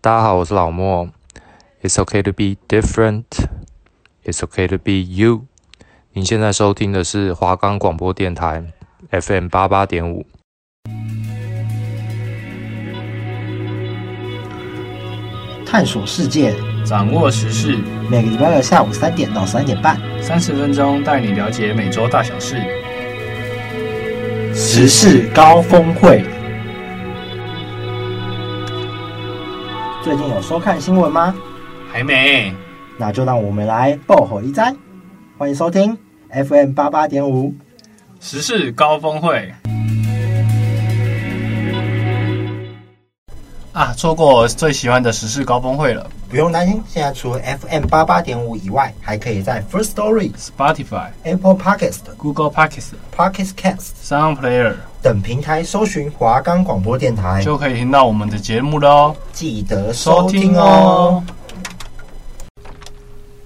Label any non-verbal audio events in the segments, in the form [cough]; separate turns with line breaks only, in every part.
大家好，我是老莫。It's okay to be different. It's okay to be you. 您现在收听的是华冈广播电台 FM 八八点五。
探索世界，
掌握时事，
每个礼拜二下午三点到三点半，
三十分钟带你了解每周大小事。
时事高峰会。最近有收看新闻吗？
还没，
那就让我们来爆火一灾。欢迎收听 FM 八八点五。
时事高峰会啊，错过我最喜欢的时事高峰会了
不用担心，现在除了 FM 八八点五以外，还可以在 First Story、
，Spotify、
Apple Podcast、
Google p o c k e t
Pocket Cast
Sound Player
等平台搜寻华冈广播电台，
就可以听到我们的节目了哦，
记得收听哦。。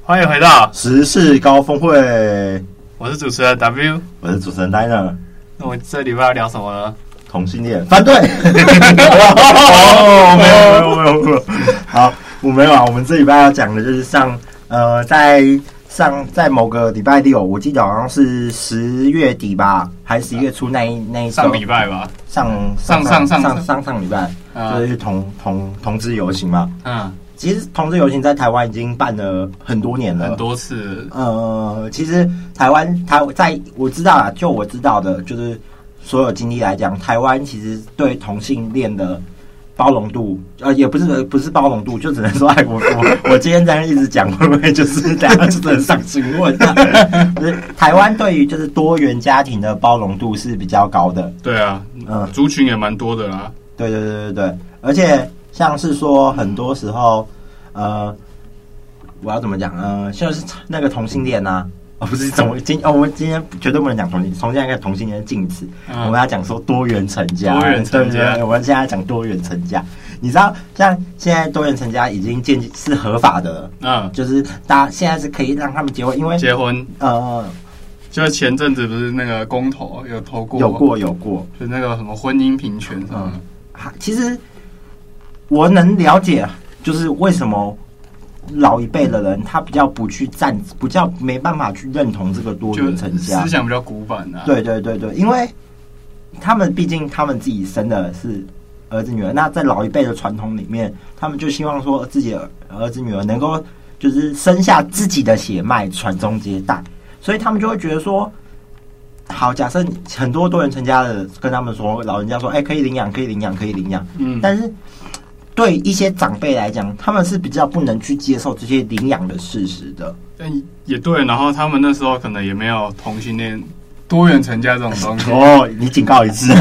欢迎回到，
时事高峰会，
我是主持人 W。
我是主持人 Diner，
那我们这礼拜要聊什么呢？
同性恋反对。 [laughs] 哦，没有没有没有没有，好，我没有啊。我们这礼拜要讲的就是上呃，在上在某个礼拜六，我记得好像是十月底吧，还是十一月初那一那一周
上礼拜吧。
上
上
上
上上
上上上礼拜，
啊
就是同同同志游行嘛。
嗯，
其实同志游行在台湾已经办了很多年了，
很多次，
呃，其实台湾台在我知道啦，就我知道的，就是所有经历来讲，台湾其实对同性恋的包容度，呃，也不是不是包容度，就只能说，哎，我我我今天这样一直讲，会不会就是大家就只能上新闻了？ [laughs] 就是台湾对于就是多元家庭的包容度是比较高的，
对啊，
嗯、
族群也蛮多的啦。
对对对对对，而且像是说很多时候，呃，我要怎么讲？呃，像是那个同性恋呐、啊， [laughs] 哦，不是怎么今哦，我们今天绝对不能讲同性，同性恋跟同性恋的禁止，
嗯
我们要讲说多元成家，
多元成家
对对对，我们现在讲多元成家。你知道，像现在多元成家已经渐是合法的了，
嗯，
就是大家现在是可以让他们结婚，因为
结婚
呃
就是前阵子不是那个公投有投过，
有过嗯有过，
就那个什么婚姻平权什么的。
哈啊其实我能了解，就是为什么老一辈的人他比较不去赞，比较没办法去认同这个多
就
元成家
思。想比较古板啊。，
对对对对，因为他们毕竟他们自己生的是儿子女儿，那在老一辈的传统里面，他们就希望说自己的儿子女儿能够就是生下自己的血脉，传宗接代，所以他们就会觉得说。好，假设你很多多元成家的跟他们说，老人家说，哎、可以领养，可以领养，可以领养，
嗯，
但是对一些长辈来讲，他们是比较不能去接受这些领养的事实的。
但也对。然后他们那时候可能也没有同性恋多元成家这种东
[laughs]
西，
哦，你警告一 [laughs] 次，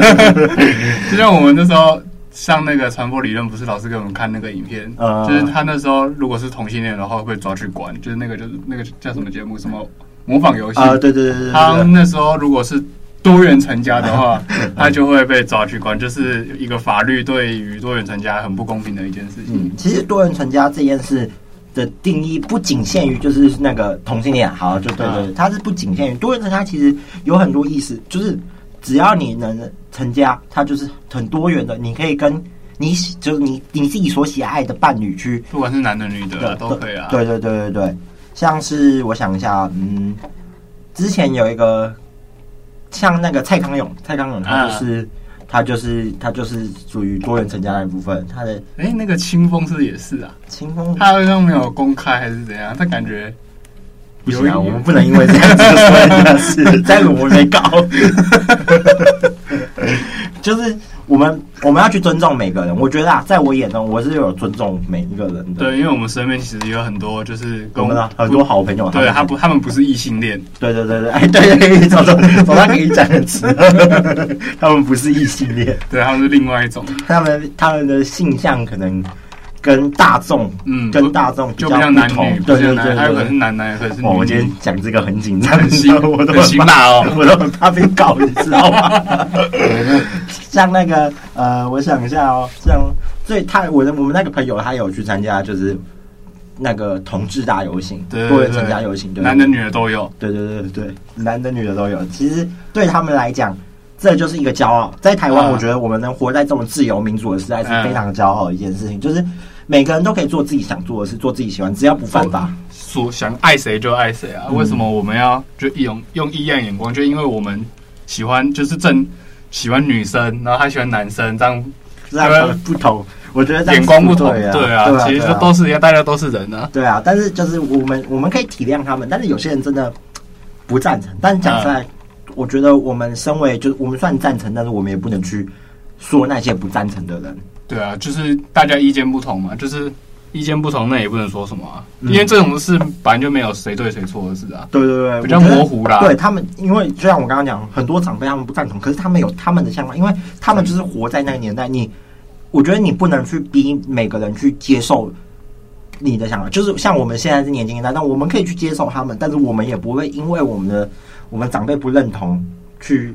嗯
就像我们那时候。上那个传播理论不是老师给我们看那个影片，
呃
就是他那时候如果是同性恋的话会被抓去关，就是那个就是那个叫什么节目什么模仿游戏，
啊，对对对对
他
对，
那时候如果是多元成家的
[laughs]
话，他就会被抓去关，就是一个法律对于多元成家很不公平的一件事情
嗯。，其实多元成家这件事。的定义不仅限于就是那个同性恋，好，就对对，对它是不仅限于多元成家，其实有很多意思，就是只要你能成家，它就是很多元的，你可以跟你喜就是你你自己所喜爱的伴侣去
不管是男的女的
对
啊都可以啊。
对对对对对，像是我想一下，嗯，之前有一个像那个蔡康永，蔡康永他
啊
就是、他就是他就是属于多元成家那一部分，他的
哎、那个清风是不是也是啊，
清风
他好像没有公开还是怎样，他感觉
不
有
行啊，
一
我们不能因为这样子就说人家
[laughs]
是，这样我们没搞。就是我们我们要去尊重每个人，我觉得啊，在我眼中我是有尊重每一个人的。，
对，因为我们身边其实也有很多就是
我
跟
们的很多好朋友，
对
他
他
们
不他们不是异性恋，
对对对对，哎，对对对，早早早上可以讲很迟，他们不是异性恋，
对他们是另外一种，
他们他们的性向可能跟大众，
嗯，
跟大众比
就
较
不像男
不
女，
同
不
对
像
对
男，
对
他有可
对
能是
对。
男男，有可能是女
哇，
女。
我今天讲这个很紧张，
很
你知
辛
道吗 [laughs] 我都
很
很
辛
怕
辣哦
我都很怕被告，你知道吗？像那个呃，我想一下哦，像最他我的我们那个朋友，他有去参加就是那个同志大游行，
对
多
对
元
对，
成家游行，对对
男的女的都有，
对对对对，男的女的都有。其实对他们来讲，这就是一个骄傲。在台湾，
嗯
我觉得我们能活在这么自由民主的时代是非常骄傲的一件事情，就是每个人都可以做自己想做的事，做自己喜欢，只要不犯法。
所想爱谁就爱谁
嗯
啊？为什么我们要就用用异样眼光？就因为我们喜欢就是正喜欢女生，然后他喜欢男生，这样
这样不同，我觉得这样
哦眼光不同，
对啊，
对
对
啊，其实
对啊
都是一样，大家都是人啊。
对啊，但是就是我们我们可以体谅他们，但是有些人真的不赞成。但讲实在，
嗯
我觉得我们身为就是我们算赞成，但是我们也不能去说那些不赞成的人。
对啊，就是大家意见不同嘛，就是意见不同，那也不能说什么啊，
嗯
因为这种事本来就没有谁对谁错的事啊，
对对对
比较
我觉得
模糊啦
对他们，因为就像我刚刚讲，很多长辈他们不赞同，可是他们有他们的想法，因为他们就是活在那个年代。你，我觉得你不能去逼每个人去接受你的想法，就是像我们现在是年轻一代，但我们可以去接受他们，但是我们也不会因为我们的我们长辈不认同去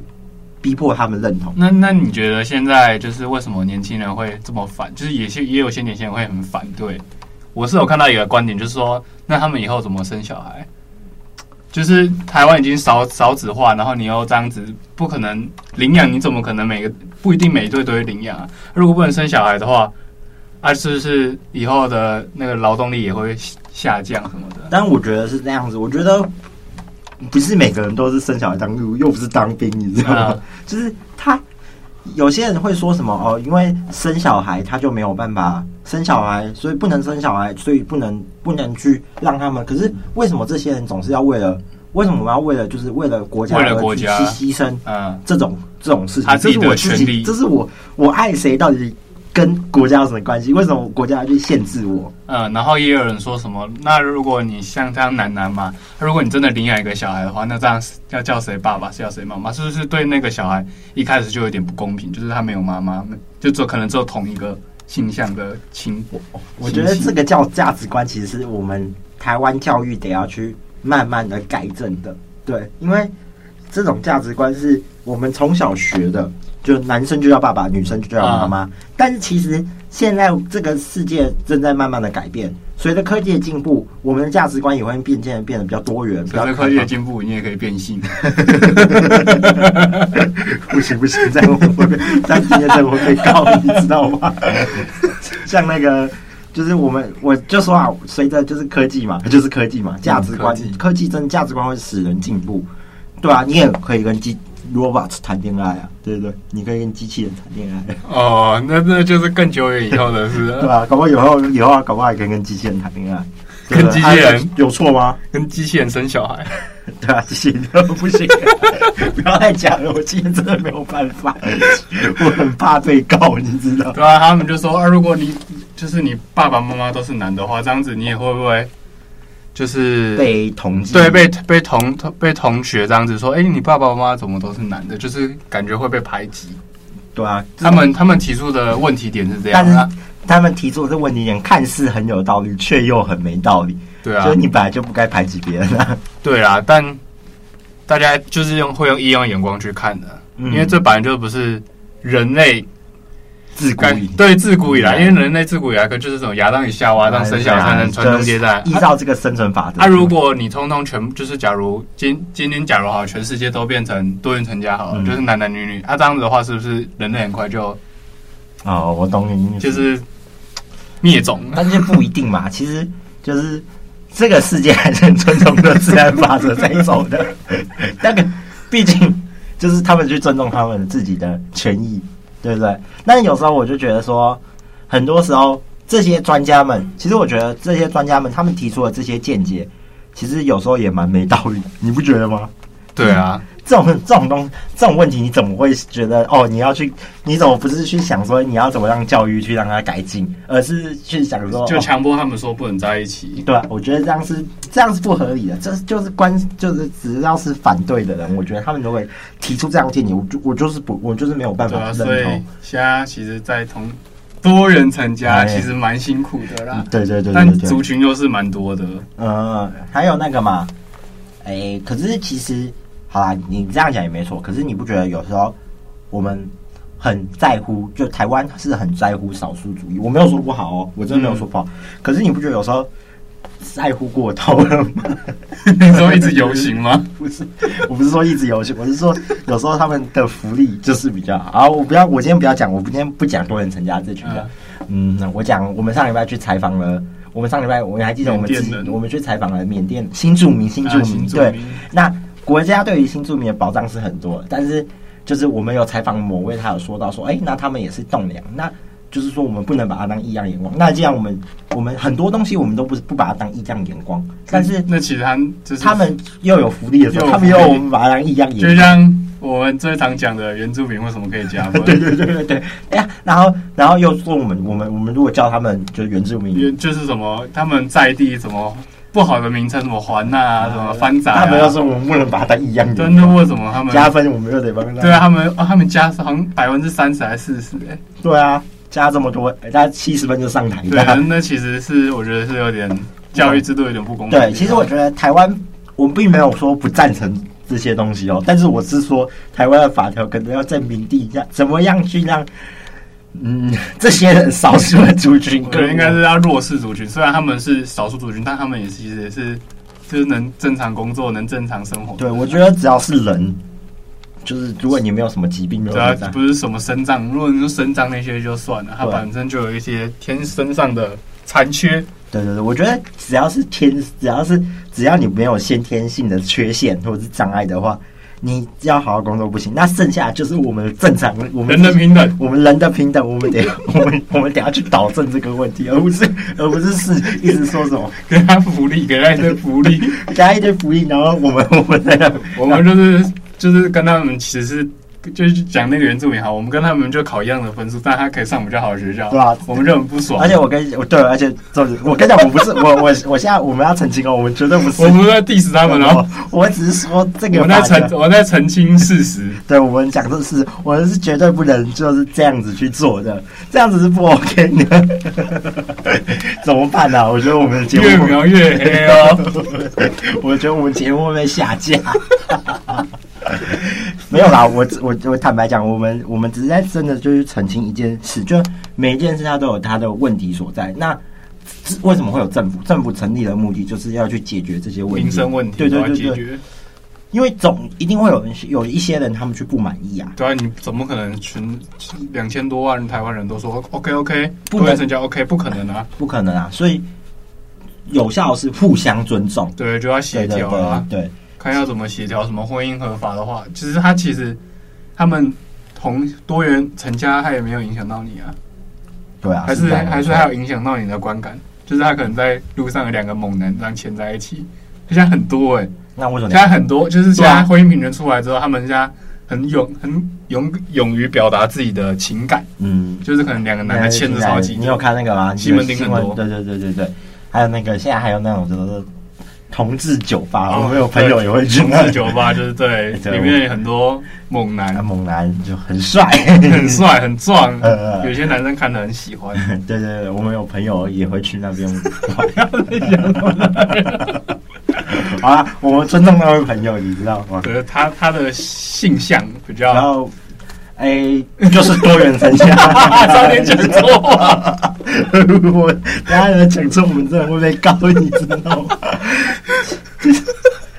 逼迫他们认同。
那那你觉得现在就是为什么年轻人会这么反？就是也是也有些年轻人会很反对。我是有看到一个观点，就是说，那他们以后怎么生小孩？就是台湾已经少少子化，然后你又这样子，不可能领养，你怎么可能每个不一定每一对都会领养、啊？如果不能生小孩的话，啊，是不是以后的那个劳动力也会下下降什么的？
但我觉得是这样子，我觉得不是每个人都是生小孩当又又不是当兵，你知道吗？
嗯
就是他有些人会说什么哦，因为生小孩他就没有办法生小孩，所以不能生小孩，所以不能不能去让他们。可是为什么这些人总是要为了为什么我们要为了就是为了国家
为了
而
国
去
家
牺牲
嗯，
这种这种事
他
情，这是
自己的
我自
权利
己，这是我我爱谁到底跟国家有什么关系？为什么国家要去限制我？
嗯，然后也有人说什么，那如果你像这样楠楠嘛，如果你真的领养一个小孩的话，那这样是要叫谁爸爸，是叫谁妈妈，是不是对那个小孩一开始就有点不公平？就是他没有妈妈，就只有可能只有同一个倾向的亲我。
我觉得这个叫价值观，其实是我们台湾教育得要去慢慢的改正的。对，因为这种价值观是我们从小学的，就男生就叫爸爸，女生就叫妈妈。
啊
但是其实现在这个世界正在慢慢的改变，随着科技的进步，我们的价值观也会变渐变得比较多元，比
随
较
着
开
科技的
放。
进步，你也可以变性。
不行不行，这样我会被，这样今天这样我会被告，你知道吗？ [laughs] 像那个，就是我们，我就说啊，随着就是科技嘛，就是科技嘛，价值观，
嗯科技
科技真的价值观会使人进步，对啊，你也可以跟机 robots 谈恋爱啊，对不对？你可以跟机器人谈恋爱，啊
哦，那那就是更久远以后的 [laughs] 事
对啊
了，
吧、搞不好以后以后啊，搞不好还可以跟机器人谈恋爱，对
跟
不对
机器人
啊有有错吗？
跟机器人生小孩。
对啊，机器人都不行，啊 [laughs] 不要再讲了，我今天真的没有办法，我很怕被告，你知道吗。
对啊，他们就说啊，如果你就是你爸爸妈妈都是男的话，这样子你也会不会就是
被统计，
对，被被同被同学这样子说，哎、你爸爸妈妈怎么都是男的，就是感觉会被排挤。
对啊，
他们他们提出的问题点是这样
但
啊
是，他们提出的问题点看似很有道理，却又很没道理。
对啊
就是，你本来就不该排挤别人
[laughs]
啊。
对啊，但大家就是用会用异样眼光去看的，
嗯
因为这本来就不是人类
自古
该
以
对自古以来，因为人类自古以来可能就是这种亚当与夏娃
哎
当生小孩才能传宗接代
啊就是。依啊照这个生存法则。
啊，如果你通通全就是，假如今今天假如好，全世界都变成多元成家好了，
嗯
就是男男女女，啊这样子的话，是不是人类很快就
哦，我懂你，
就，是灭种了？
但是不一定嘛。其实就是这个世界还是很尊重的自然法则在走的。 [laughs] 那个，毕竟就是他们去尊重他们自己的权益，对不对？那有时候我就觉得说，很多时候这些专家们，其实我觉得这些专家们他们提出的这些见解，其实有时候也蛮没道理，你不觉得吗？
对啊，
这种这种东这种问题，你怎么会觉得哦？你要去，你怎么不是去想说你要怎么让教育去让它改进，而是去想说，
就
哦
强迫他们说不能在一起。
对啊，我觉得这样是这样是不合理的，这是就是关就是只要是反对的人，我
嗯
觉得他们如果提出这样的见解，我就我就是不我就是没有办
对
法
啊，所
认
以
同。
现在其实，在同多人成家
哎
其实蛮辛苦的啦，
嗯对对对
但
对对
族，群又是蛮多的。
呃，还有那个嘛，哎、可是其实好啦，你这样讲也没错，可是你不觉得有时候我们很在乎，就台
嗯
湾是很在乎少数主义，我没有说不好哦，我真的没有说不好，可是你不觉得有时候在乎过头了吗？
你说一直游行吗？
不是，我不是说一直游戏，我是说有时候他们的福利就是比较好。啊，我不要，我今天不要讲，我今天不讲多人成家这群
啊
的。嗯，我讲我们上礼拜去采访了，我们上礼拜我们还记得我们
缅
自
甸
己，
人
我们去采访了缅甸新住民，新住
啊
民、
新
嗯
住
对
民。
那国家对于新住民的保障是很多的，但是就是我们有采访某位，他有说到说，哎、那他们也是栋梁，那就是说我们不能把它当异样眼光。那既然我们我们很多东西我们都不是不把它当异样眼光，但是
那其实他就是
他们又有福利的时候，
又有
他
福
们
利
又我们把它当异样眼
就
光。
像我们最常讲的原住民为什么可以加分？
[laughs] 对对对对对，哎呀，然后然后又说我们我们我们如果叫他们就是原住民，
原就是什么他们在地什么不好的名称，什么环呐、啊，什么番仔、啊，
嗯他们要说我们不能把它当异样眼
真的
光，
为什么他们
加？分我们又得帮他。
对啊，他们哦，他们加是好像百分之三十还是四十哎，
对啊，加这么多，哎大家七十分就上台。
[laughs] 对，那其实是我觉得是有点教育制度有点不公平。
对，其实我觉得台湾，我并没有说不赞成这些东西哦，但是我是说台湾的法条可能要再明定一下，怎么样去让嗯这些人少数的族群
我觉
更
得应该是要弱势族群，虽然他们是少数族群，但他们也是其实也是就是能正常工作，能正常生活。
对，我觉得只要是人，就是如果你没有什么疾病，没有
对啊
什么，
不是什么生障，如果你说生障那些就算了，他
对
本身就有一些天生上的残缺，
对对对，我觉得只要是天，只要是只要你没有先天性的缺陷或者是障碍的话，你要好好工作不行。那剩下就是我们正常，我们
人的平等。
我们人的平等，我们得 [laughs] 我们我们得要去导正这个问题，而不是而不是是一直说什么
给他福利，给他一堆福利。
给他一堆福利，然后我们我们在那
[laughs] 我们就是就是跟他们其实是就是讲那个原住民好，我们跟他们就考一样的分数，但他可以上比较好的学校，
对啊
我们就很不爽。
而且我跟我对，而且就是我跟你讲，我不是我我我现在我们要澄清哦，我们绝对不是
我们在 diss 他们，然后
我我只是说这
我
个
们在
法条
澄我们在澄清
[laughs]
事实。
对我们讲的是，我们是绝对不能就是这样子去做的，这样子是不 OK 的， [laughs] 怎么办呢、我觉得我们的节
越
目，
描越黑
[laughs]
哦，
我觉得我们节目会被下架。 [laughs] 没有啦，我我我坦白讲，我们我们只是在真的就是澄清一件事，就每一件事它都有它的问题所在。那为什么会有政府？政府成立的目的就是要去解决这些问题，
民生问题
对
都
对
要
对
解
对，
决。
因为总一定会有人有一些人他们去不满意啊，
对啊，你怎么可能全两千多万台湾人都说哦 OK OK，
不
多元
能
成家 OK，不可能啊。
不可能啊，所以有效是互相尊重，
对，就要协
对对
调啊，
对对
看要怎么协调。什么婚姻合法的话，其实他其实他们同多元成家，他也没有影响到你啊，
对啊，
还是
这样的
还是还有影响到你的观感，就是他可能在路上有两个猛男这样牵在一起，现在很多哎、
那为什么
现在很多就是
对
现在
啊
婚姻平权出来之后，他们现在很勇很勇勇于表达自己的情感，
嗯，
就是可能两个男的牵着手一起
哎你有看那个吗？
西门町
新
很多
闻对对对对对，还有那个现在还有那种就是同志酒吧，
哦
我们有朋友也会去
同
那
志酒吧，就是对，
[laughs] 对
里面有很多猛
啊
男，
猛男就很帅， [laughs]
很帅很壮
呃，
有些男生看得很喜欢。
对对对，我们有朋友也会去那边
[laughs]
玩。 [laughs] 好啦，我们尊重那位朋友，你知道吗？
可是他他的性向比
然
[laughs] 较，
后，哎、就是多元成家，
[laughs] 差点讲错话，
我大家有讲错，我们真的会被告，你知道吗？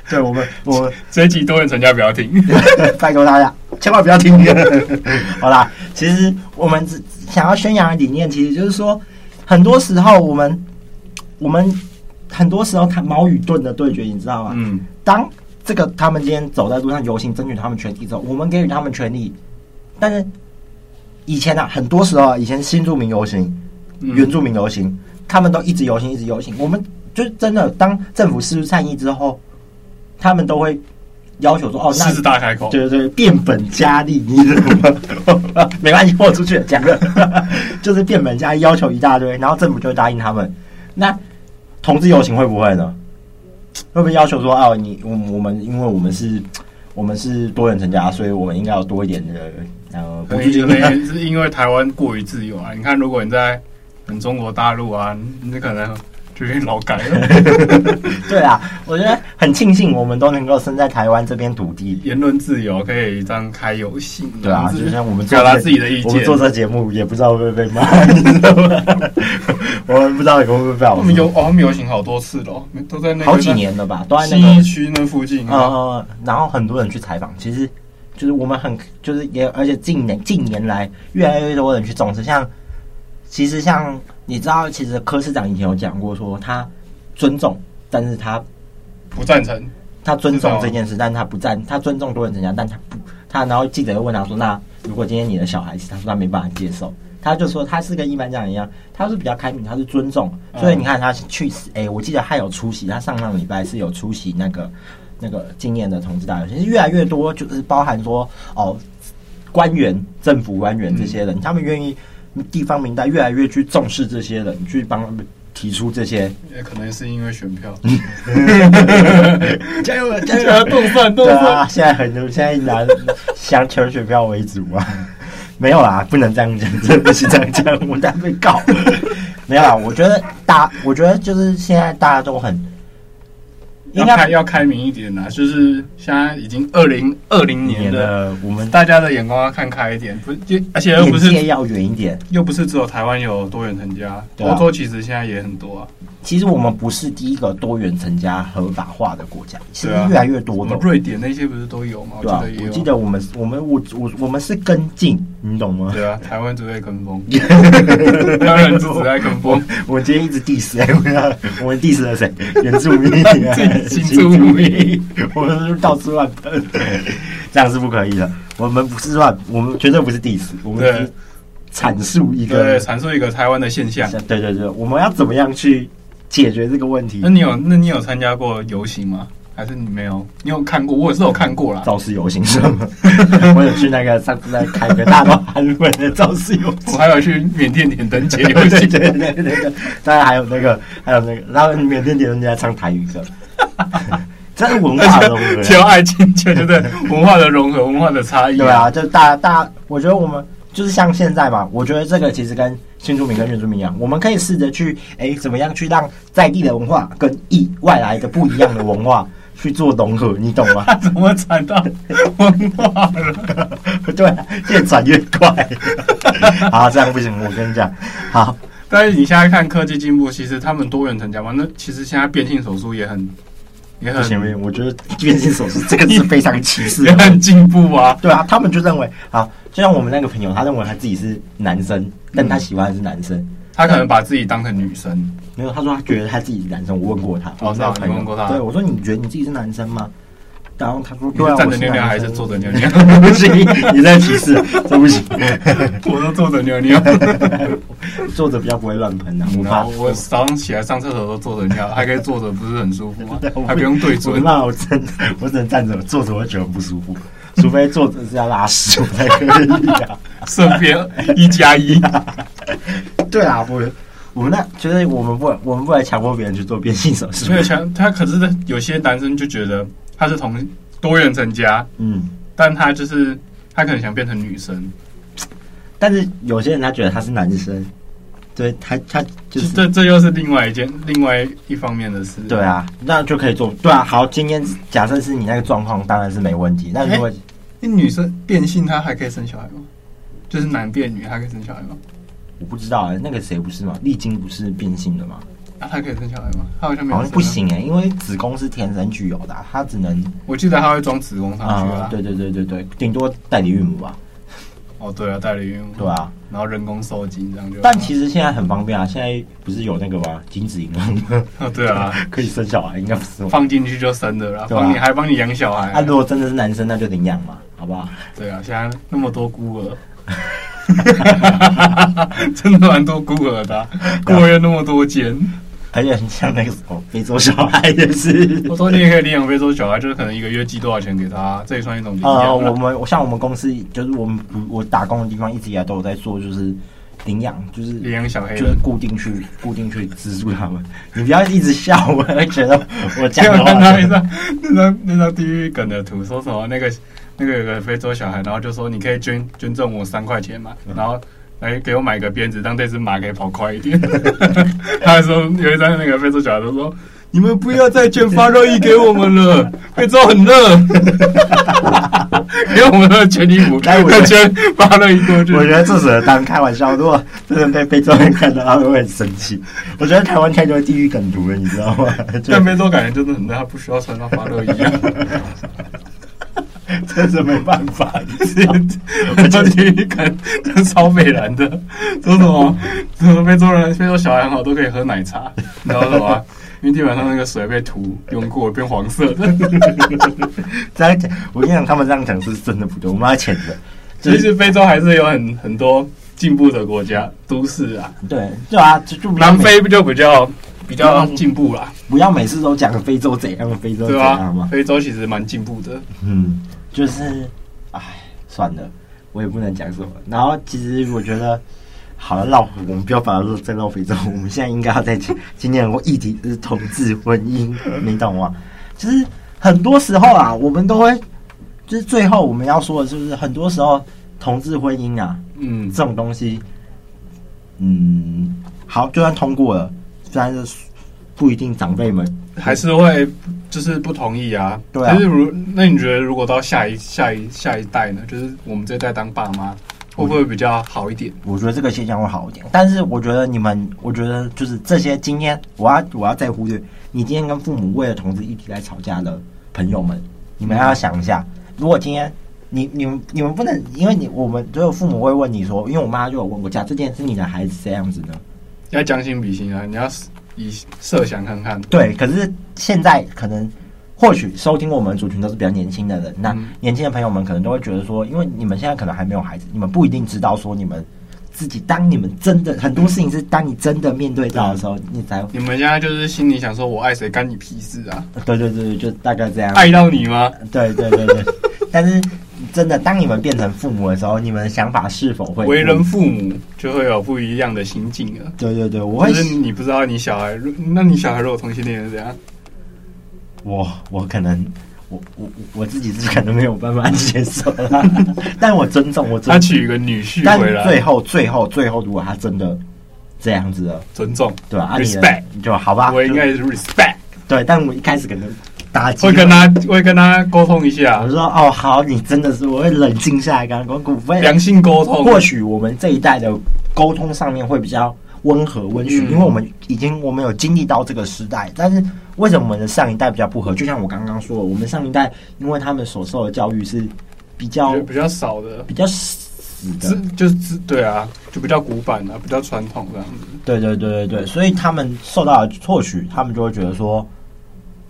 对，我们我们 [laughs]
这一集多人成家不要听。
嗯拜托大家，千万不要听。 [laughs] 好啦，其实我们只想要宣扬的理念，其实就是说，很多时候我们我们很多时候他矛与盾的对决，你知道吗？
嗯，
当这个他们今天走在路上游行争取他们权利之后，我们给予他们权利，但是以前啊，很多时候啊以前新住民游行，
嗯
原住民游行，他们都一直游行，一直游行。我们就是真的，当政府施出善意之后，他们都会要求说：“哦，那
狮子大开口，
对对对，变本加厉，你知道吗？ [laughs] 没关系，豁出去了讲了， [laughs] 就是变本加厉，要求一大堆，然后政府就会答应他们。那同志游行会不会呢？会不会要求说，哦，你我我们因为我们是，我们是多人成家，所以我们应该要多一点的呃补
可
助
能
金
可？能是因为台湾过于自由啊。你看，如果你在嗯中国大陆啊，你可能就有点老改了。
[laughs] [laughs] 对啊，我觉得很庆幸我们都能够生在台湾这边土地。
言论自由可以张开游行，
对啊，
这
就像我们做
表达
这
自己的意
我们
见，
做这节目也不知道会不会被骂，你知道吗？ [laughs] 我们不知道会不会被
我
我
们
们
游哦，他们游行好多次了，都在那个
好几年了吧，都在那
新
个
一区那附近。啊，
呃，然后很多人去采访，其实就是我们很就是也，而且近年近年来越来越多人去重视，像其实像你知道，其实柯市长以前有讲过说他尊重，但是他
不赞成，
他尊重这件事，但他不赞，他尊重多人成家，但他不他，然后记者又问他说，那如果今天你的小孩子，他说他没办法接受。他就说他是跟一般家长一样，他是比较开明，他是尊重，
嗯
所以你看他去，哎、我记得他有出席，他上上礼拜是有出席那个那个今年的同志大游行，其实越来越多就是包含说哦，官员、政府官员这些人，他们愿意地方民代越来越去重视这些人，去帮他们提出这些
也可能是因为选
[laughs]
票。
加油加
对啊，动算动
对
算，
啊，现在很多现在拿想求选票为主啊， [laughs] 没有啦，不能这样讲，真的不是这样讲，我等下被告。 [laughs] 没有啦，我觉得大，我觉得就是现在大家都很应
要
该
开要开明一点啦。啊就是现在已经二零二零
年
年了，
的我们
大家的眼光要看开一点，不就而且又不
眼界
是
要远一点。
又不是只有台湾有多元成家，
对啊
欧洲其实现在也很多啊，
其实我们不是第一个多元成家合法化的国家，其实
对啊
越来越
我
多
们
的。
瑞典那些不是都有吗？我
对啊
记得，也
我
有。
记得我们我们我我我们是跟进，你懂吗？
对啊，台湾只会跟
[laughs]
风，台湾人只只爱跟风，
我今天一直 diss 哎、我要我们 diss 了谁？原住民、
新新住民，
我们是到处乱喷，这样是不可以的。我们不是乱，我们绝对不是 diss，我们
对
是阐述一
对，
个，
阐述一个台湾的现象。
对对对，我们要怎么样去解决这个问题
那？你有那你有参加过游行吗？还是你没有？你有看过？我也是有看过啦。
肇事游行是吗？我有去那个上次在开个大到韩文的肇事游行
我。还有去缅甸点灯节游
对对
行， [laughs]
对对对对，当然还有那个，还有那个，然后缅甸人家唱台语歌，这是文化的东西。
只有爱情，对对对，
[laughs]
文化的融合，文化的差异。
对啊，，就大大，我觉得我们就是像现在嘛，我觉得这个其实跟新住民跟原住民一样，我们可以试着去，哎，怎么样去让在地的文化跟异外来的不一样的文化 [laughs] 去做融合，你懂吗？ [laughs]
怎么传到文化了？
对啊、越转越快。 [laughs] 好，这样不行，我跟你讲，好，
但是你现在看科技进步，其实他们多元成家嘛，那其实现在变性手术也很也
不行不
很
行，我觉得变性手术这个是非常歧视
也 [laughs]
的。
很进步啊。
对啊，他们就认为，好，就像我们那个朋友，他认为他自己是男生，但他喜欢的是男生。
他可能把自己当成女生，
没有，他说他觉得他自己是男生。我问过他，
哦
我那个
是啊
朋友
你问过他
对，我说你觉得你自己是男生吗？然后他说，
你
对
是
啊，
站
我
着
是
尿尿
男
还是
生 [laughs]
坐着尿尿？
不行，你在歧视，这不行。
我都坐着尿尿，
坐着比较不会乱喷啊，我
然
怕
后 [laughs] 我早上起来上厕所都坐着尿，还可以坐着，不是很舒服
[laughs]
吗？还不用对
我
准。
怕我真的，我只能站着，坐着我会觉得不舒服，除非坐着是要拉屎我才可以啊。
顺
[laughs]
便一加一，
对啊，我我们那就是我们不我们不来强迫别人去做变性手术
所以，强他可是有些男生就觉得他是同多元成家，
嗯。
但他就是他可能想变成女生，
但是有些人他觉得他是男生，对他他就
就是这这又是另外一件另外一方面的事。
对，啊，那就可以做。对啊，好，今天假设是你那个状况，当然是没问
哎
题。那如果
那女生变性她还可以生小孩吗？就是男变女还可以生小孩吗？
我不知道、欸，那个谁不是吗？丽晶不是变性的吗？
啊，她可以生小孩吗？她好像没有
好像
生啊
不。行哎、因为子宫是天生具有的啊、它只能
我记得她会装子宫上去
啊、
啊。
对对对对对，顶多代理孕母吧，
哦，对啊，代理孕母。
对啊。
然后人工受精这样就。
但其实现在很方便啊，现在不是有那个吗？精子银行
啊，对啊，
可以生小孩，应该不是吗？
放进去就生的啦，
对啊
帮你还帮你养小孩
啊，。如果真的是男生，那就领养嘛，好不好？
对啊，现在那么多孤儿。 [laughs] 真的蛮多孤儿的啊、孤儿有那么多间，
而且很像那个什么非洲小孩也是。
我说你也可以领养非洲小孩，就是可能一个月寄多少钱给他，这也算一种领养
呃，
啊。
我们我像我们公司，就是我们不我打工的地方，一直以来都有在做，就是领养，就是
领养小黑
就是
人，
固定去固定去资助他们。 [laughs] 你不要一直笑，我会觉得我
就
讲
有
的
看到
话
一张那张那张地狱梗的图，
嗯
说什么那个那个有个非洲小孩，然后就说你可以捐捐赠我三块钱嘛，然后来给我买个鞭子，让这只马可以跑快一点。 [laughs] 他还说有一张那个非洲小孩都说，你们不要再捐发热衣给我们
[laughs]
了，非洲很热， [laughs] 给我们的全衣服，
哎我
要 [laughs] 捐发热衣过去。
我觉得这只能当开玩笑，如果真的被非洲人看到，他们会很生气。我觉得台湾太多地域梗图了，你知道吗？ [laughs] 就
但非洲感觉真的很热，他不需要穿上发热衣、啊。
真是没办法。 [laughs]
[laughs] 我就去看 [laughs] 跟超北蓝的， [laughs] 说什么说非洲人非洲小孩很好，都可以喝奶茶，你知道什么吗？因为地板上那个水被涂用过，变黄色的。
[laughs] 这样讲，我跟你讲，他们这样讲是真的不对，我们要谴责。
其实非洲还是有很很多进步的国家，都市啊，
对，对啊，就就不要
南
每
非就比较比较进步啦，
不要每次都讲非洲怎样，非洲
对啊
怎
吧
样嘛？。
非洲其实蛮进步的，
嗯，就是，哎，算了，我也不能讲什么。然后其实我觉得，好了，绕我们不要把它再绕回这，我们现在应该要再讲今天的议题就是同志呃婚姻，你懂吗？就是很多时候啊，我们都会，就是最后我们要说的就是，很多时候同志婚姻啊
嗯，
这种东西，嗯，好，就算通过了，虽然是不一定长辈们
还是会就是不同意啊。
对啊
但是如那你觉得如果到下一下一下一代呢？就是我们这代当爸妈，会不会比较好一点？
我觉得这个现象会好一点。但是我觉得你们，我觉得就是这些今天，我要我要再忽略，你今天跟父母为了同志议题来吵架的朋友们，你们要想一下，如果今天你你们你们不能，因为你我们只有父母会问你说，因为我妈就有问过，假这件是你的孩子这样子的，
要将心比心啊！你要以设想看看，
对，可是现在可能或许收听我们的族群都是比较年轻的人，那
嗯
年轻的朋友们可能都会觉得说，因为你们现在可能还没有孩子，你们不一定知道说你们自己，当你们真的很多事情是当你真的面对到的时候，你才
你们现在就是心里想说，我爱谁干你屁事啊？
对对对，对就大概这样。
爱到你吗？
对对对对，但是真的当你们变成父母的时候，你们的想法是否会
为人？父母就会有不一样的心境了。
对对对，我会
就是你不知道你小孩，如那你小孩如果同性恋是怎样？
我我可能。我我我自己是可能没有办法接受啦， [laughs] 但我尊重，我尊重。
他娶一个女婿
但
回来
最，后最后最后，如果他真的这样子了，
尊重，
对吧、啊？你的
Respect
就好吧，
我应该
就是
respect，
对，但我一开始可能打击
会跟，他会跟他沟通一下
我，说哦好，你真的是我会冷静下来跟他沟通，我会
良性沟通。
或许我们这一代的沟通上面会比较温和温驯，
嗯
因为我们已经我们有经历到这个时代，但是为什么我们的上一代比较不合？就像我刚刚说的，我们上一代因为他们所受的教育是比较
比较少的，
比较死的
是，就是是对啊，就比较古板啊，比较传统这样子。
对对对对对，所以他们受到的或许他们就会觉得说，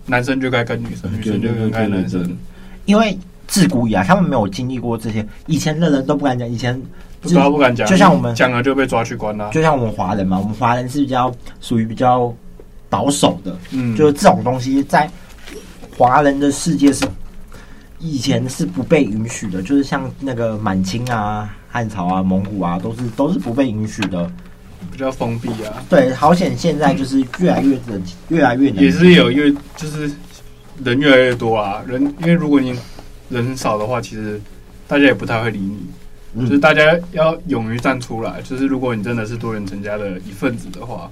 男生就该跟女生，女生就该跟
嗯
男
对对对对对
生，
因为自古以来他们没有经历过这些，以前的人都不敢讲，以前
不知道不敢讲。嗯
就像我们
讲了就被抓去关啦。
就像我们华人嘛，我们华人是比较属于比较保守的，
嗯，
就是这种东西在华人的世界是以前是不被允许的，就是像那个满清啊、汉朝啊、蒙古啊，都是都是不被允许的。
比较封闭啊，
对，好险现在就是越来越的越来越能
也是有越就是人越来越多啊，人因为如果你人很少的话，其实大家也不太会理你。
嗯
就是大家要勇于站出来，就是如果你真的是多元成家的一份子的话，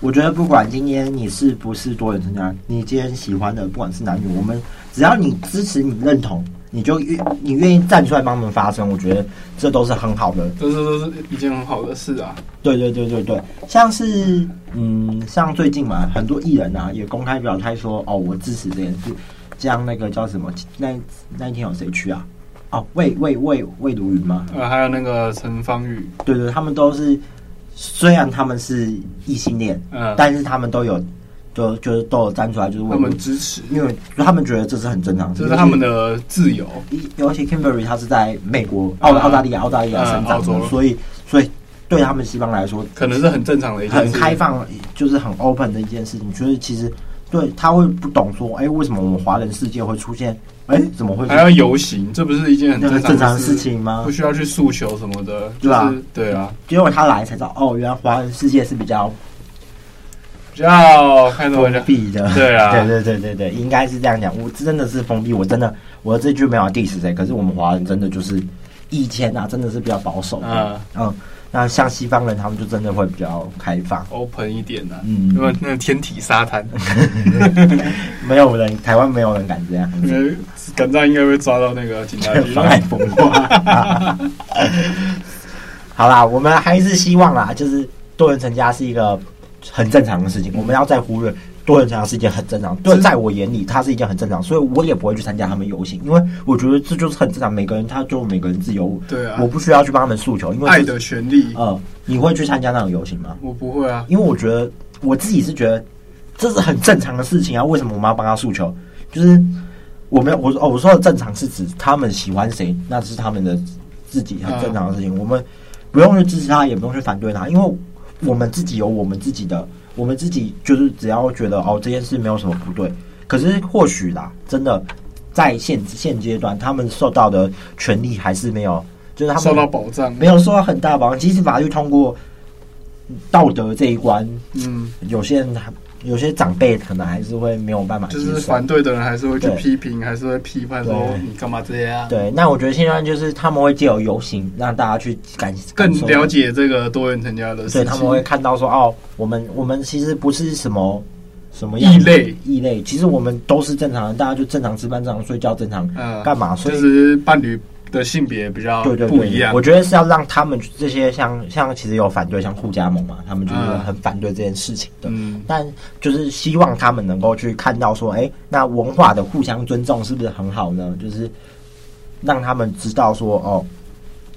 我觉得不管今天你是不是多元成家，你今天喜欢的不管是男女，我们只要你支持、你认同，你就愿你愿意站出来帮他们发声，我觉得这都是很好的。
这是都是一件很好的事啊。
对对对对对，像是嗯，像最近嘛，很多艺人啊也公开表态说，哦，我支持这件事。像那个叫什么，那那一天有谁去啊？哦，魏魏魏魏如云吗？
呃，还有那个陈芳宇，
对对，他们都是虽然他们是异性恋，
嗯，
但是他们都有，就就是都有站出来，就是为
他们支持，
因为他们觉得这是很正常的事，
这是他们的自由。
尤其。尤其 Kimberly 他是在美国、澳
嗯
澳大利亚、澳大利亚生长
嗯澳洲
的，所以所以对他们西方来说，
可能是很正常的一件
很
事，
开放，就是很 open 的一件事情。就是其实对他会不懂说，哎，为什么我们华人世界会出现，哎，怎么会
还要游行，这不是一件很
那个
正
正
常
常
的
的
事
事，情吗
不？需要去诉求什么的，就
对啊
是对啊，
结果他来才知道，哦，原来华人世界是比较
比较看怎么
封
讲，
闭的。
对啊，
[laughs] 对对对对对，应该是这样讲。我真的是封闭，我真的我这句没有 diss 谁，可是我们华人真的就是以前啊，真的是比较保守的。
嗯
嗯，那像西方人，他们就真的会比较开放。
open 一点呢、啊，
嗯
那么那个天体沙滩，
没有人，台湾没有人嗯敢这样，
[laughs] 因为敢这样应该会抓到那个警察局。
妨碍风化。 [laughs] 好啦，我们还是希望啦，就是多人成家是一个很正常的事情，我们要再忽略。多人成嗯家是一件很正常，对，在我眼里，它是一件很正常，所以我也不会去参加他们游行，因为我觉得这就是很正常，每个人他就每个人自由，
对啊
我，不需要去帮他们诉求，因为
爱的权利，
呃，你会去参加那种游行吗？
我不会啊。
因为我觉得我自己是觉得这是很正常的事情啊，为什么我们要帮他诉求？就是我没有我说哦，我说的正常是指他们喜欢谁，那是他们的自己很正常的事
啊
情，我们不用去支持他，也不用去反对他，因为我们自己有我们自己的，我们自己就是只要觉得哦这件事没有什么不对，可是或许啦，真的在现现阶段，他们受到的权利还是没有，就是他们
受到保障，
没有受到很大的保障，即使法律通过道德这一关，
嗯，
有些人还有些长辈可能还是会没有办法接
就是
受
反。对的人还是会去
啊对
批评，还是会批判说哦
对
你干嘛这样？
对，那我觉得现在就是他们会借由游行让大家去感
更了，
感
解这个多元成家
受
的
所
事
以他们会
情。
看到说哦，我们我们其实不是什么什么样
异
的
类
异类，其实我们都是正常人，大家就正常吃饭、正常睡觉、正常
嗯
干嘛，所以
就是伴侣的性别比较
对对
不一
对，
样
我。觉得是要让他们这些像像其实有反对像互加盟嘛，他们就是
嗯
很反对这件事情的，
嗯，
但就是希望他们能够去看到说，哎、那文化的互相尊重是不是很好呢？就是让他们知道说，哦，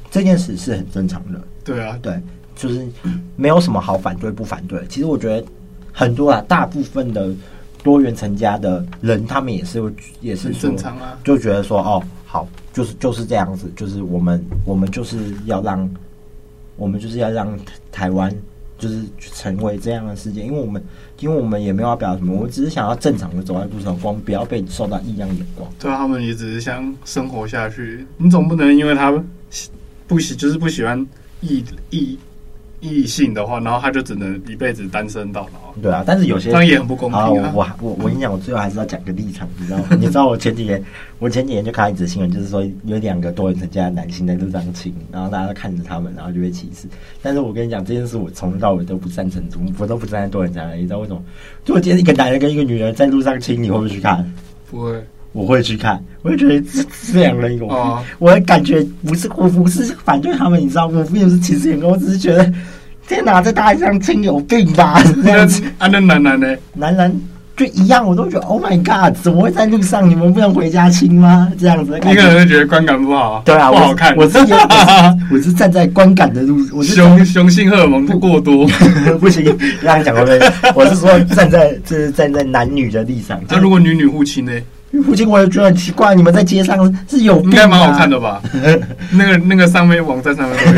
这件事是很正常的，
对啊，
对，就是没有什么好反对不反对。其实我觉得很多啊，大部分的多元成家的人，他们也是也是
很
说
正常啊。
就觉得说，哦，好，就是就是这样子，就是我们我们就是要让我们就是要让台台湾就是成为这样的世界，因为我们因为我们也没有要表达什么，我们只是想要正常的走在路上光，不要被受到异样眼光。
对啊，他们也只是想生活下去。你总不能因为他喜不喜就是不喜欢异异异性的话，然后他就只能一辈子单身到老啊。
对啊，但是有些
当然也很不公平啊
好我我我我跟你讲，我最后还是要讲个立场，你知
[laughs]
道吗？你知道我前几年，我前几年就看到一则新闻，就是说有两个多元成家的男性在路上亲，然后大家都看着他们，然后就被歧视。但是我跟你讲，这件事我从头到尾都不赞成，我都不站在多元成家，你知道为什么？就我今天一个男人跟一个女人在路上亲，你会不会去看？
不会，
我会去看，我会觉得这这两个人有病，
哦
我会感觉不是我不是反对他们，你知道，我并不是歧视眼光，我只是觉得天哪，在大街上亲有病
[laughs]
吧？这
那
样子。
啊那男
[laughs]
男呢？
男人就一样，我都觉得 Oh my God，怎么会在路上？你们不能回家亲吗？这样子的
你
感
可能
觉。
会觉得观感不好啊，
对啊，
不
我
好
是
看。
我是也
[laughs]
我是站在观感的路， [laughs] 我是
雄雄性荷尔蒙过多。
[laughs] 不行，这样讲会不会？我是说站在 [laughs] 就是站在男女的立场。
那如果女女互亲呢？
父亲，我也觉得很奇怪，你们在街上是有病、啊，
应该蛮好看的。吧？那个那个上面网站上面都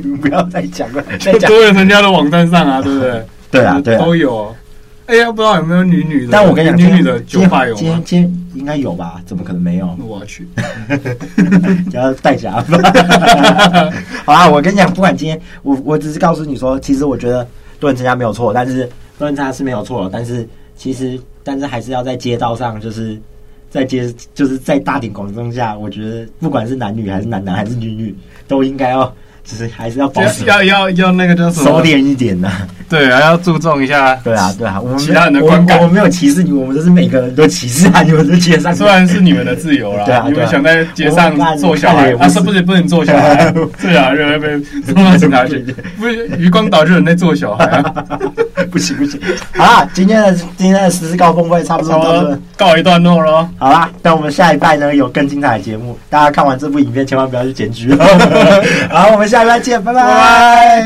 有，
[laughs] 不要再讲
[laughs]
了，再
就
讲。
多元成家的网站上啊，对不对？
对啊，对啊。
[laughs] 都有。哎呀，不知道有没有女女的？
但我跟你讲，
女
今
女
天
的酒吧有
今
吗
天？哦今天应该有吧？怎么可能没有
那？我要去。
只要戴假发。 [laughs] 好啊啦，我跟你讲，不管今天我我只是告诉你说，其实我觉得多人参加没有错，但是多人参加是没有错，但是其实但是还是要在街道上，就是在街就是在大庭广众下，我觉得不管是男女还是男男还是女女，都应该要就是还是要保持
要要要那个叫什么？
收敛一点呐、
对，还要注重一下。
对啊，对啊，我们
其他人的
我
观感
我们没有歧视你，我们都是每个人都歧视啊，你们都街上
虽然是你们的自由啦，
对啊
你
对
们
啊
想在街上
我们
做小
看
孩
也，不
啊，
是
是不是不能做小
[laughs]
孩？对啊，就会被送到警察局。不是余光岛就有人在做小孩
[laughs]
啊，
[laughs] 不行不行，好啦，今天的今天的时事高峰会差不多
差不
到这
多。告一段落喽。
好啦，那我们下一拜呢有更精彩的节 [laughs] 目，大家看完这部影片千万不要去检举哦。好，我们下一拜见，拜拜。
拜